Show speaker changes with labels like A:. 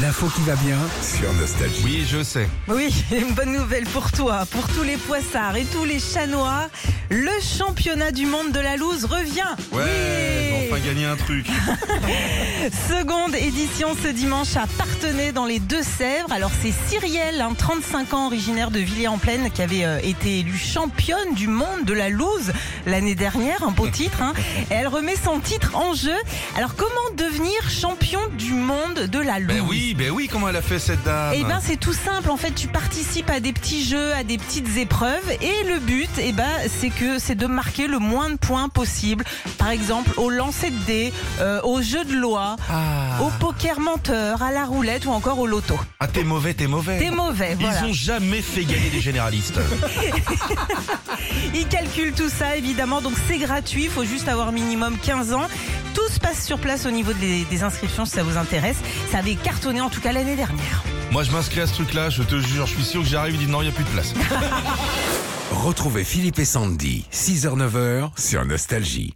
A: L'info qui va bien sur Nostalgie.
B: Oui, je sais.
C: Oui, une bonne nouvelle pour toi, pour tous les poissards et tous les chats noirs. Le championnat du monde de la loose revient.
B: Ouais,
C: Oui. Ah
B: j'ai enfin gagné un truc.
C: Seconde édition ce dimanche à Partenay dans les Deux-Sèvres. Alors c'est Cyrielle, hein, 35 ans, originaire de Villiers-en-Plaine, qui avait euh, été élue championne du monde de la loose l'année dernière, un beau titre. hein. Et elle remet son titre en jeu. Alors comment devenir champion du monde de la loose
B: ben oui, ben oui, comment elle a fait cette dame
C: Eh ben c'est tout simple en fait, tu participes à des petits jeux, à des petites épreuves et le but eh ben c'est que c'est de marquer le moins de points possible. Par exemple au lancer de dés, euh, au jeu de loi,
B: Ah,
C: au poker menteur, à la roulette ou encore au loto.
B: Ah, t'es mauvais, t'es mauvais.
C: T'es mauvais,
B: Ils
C: voilà.
B: ont jamais fait gagner des généralistes.
C: Ils calculent tout ça évidemment, donc c'est gratuit, faut juste avoir minimum 15 ans. Tout se passe sur place au niveau des, des inscriptions si ça vous intéresse. Ça avait cartonné en tout cas l'année dernière.
B: Moi, je m'inscris à ce truc-là, je te jure, je suis sûr que j'arrive, ils disent non, il n'y a plus de place.
A: Retrouvez Philippe et Sandy, 6h-9h sur Nostalgie.